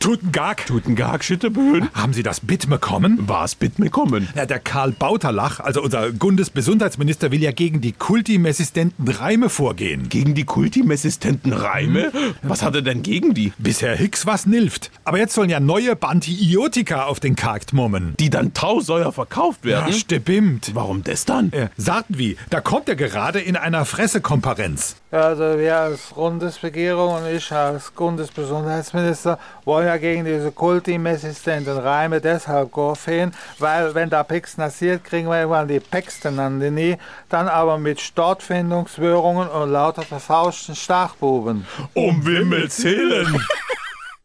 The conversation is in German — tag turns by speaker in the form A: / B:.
A: Tutengag.
B: Tutengag, Schütteböhn.
A: Haben Sie das Bit bekommen?
B: Was Bit bekommen?
A: Na, der Karl Bauterlach, also unser Bundesgesundheitsminister, will ja gegen die kultimessistenten Reime vorgehen.
B: Gegen die kultimessistenten Reime? Was hat er denn gegen die?
A: Bisher Hicks was nilft. Aber jetzt sollen ja neue Antibiotika auf den Markt mummen.
B: Die dann tausäuer verkauft werden?
A: Ja, stimmt.
B: Warum das dann?
A: Äh, sagt wie, da kommt er gerade in einer Fressekonferenz.
C: Also wir als Bundesregierung und ich als Bundesgesundheitsminister wollen ja gegen diese kultimessistenten Reime deshalb vorgehen, weil wenn da Pix nassiert, kriegen wir irgendwann die Pexten an die Knie, dann aber mit Stortfindungswörungen und lauter verfauschten Stachbuben.
B: Um Himmels Willen!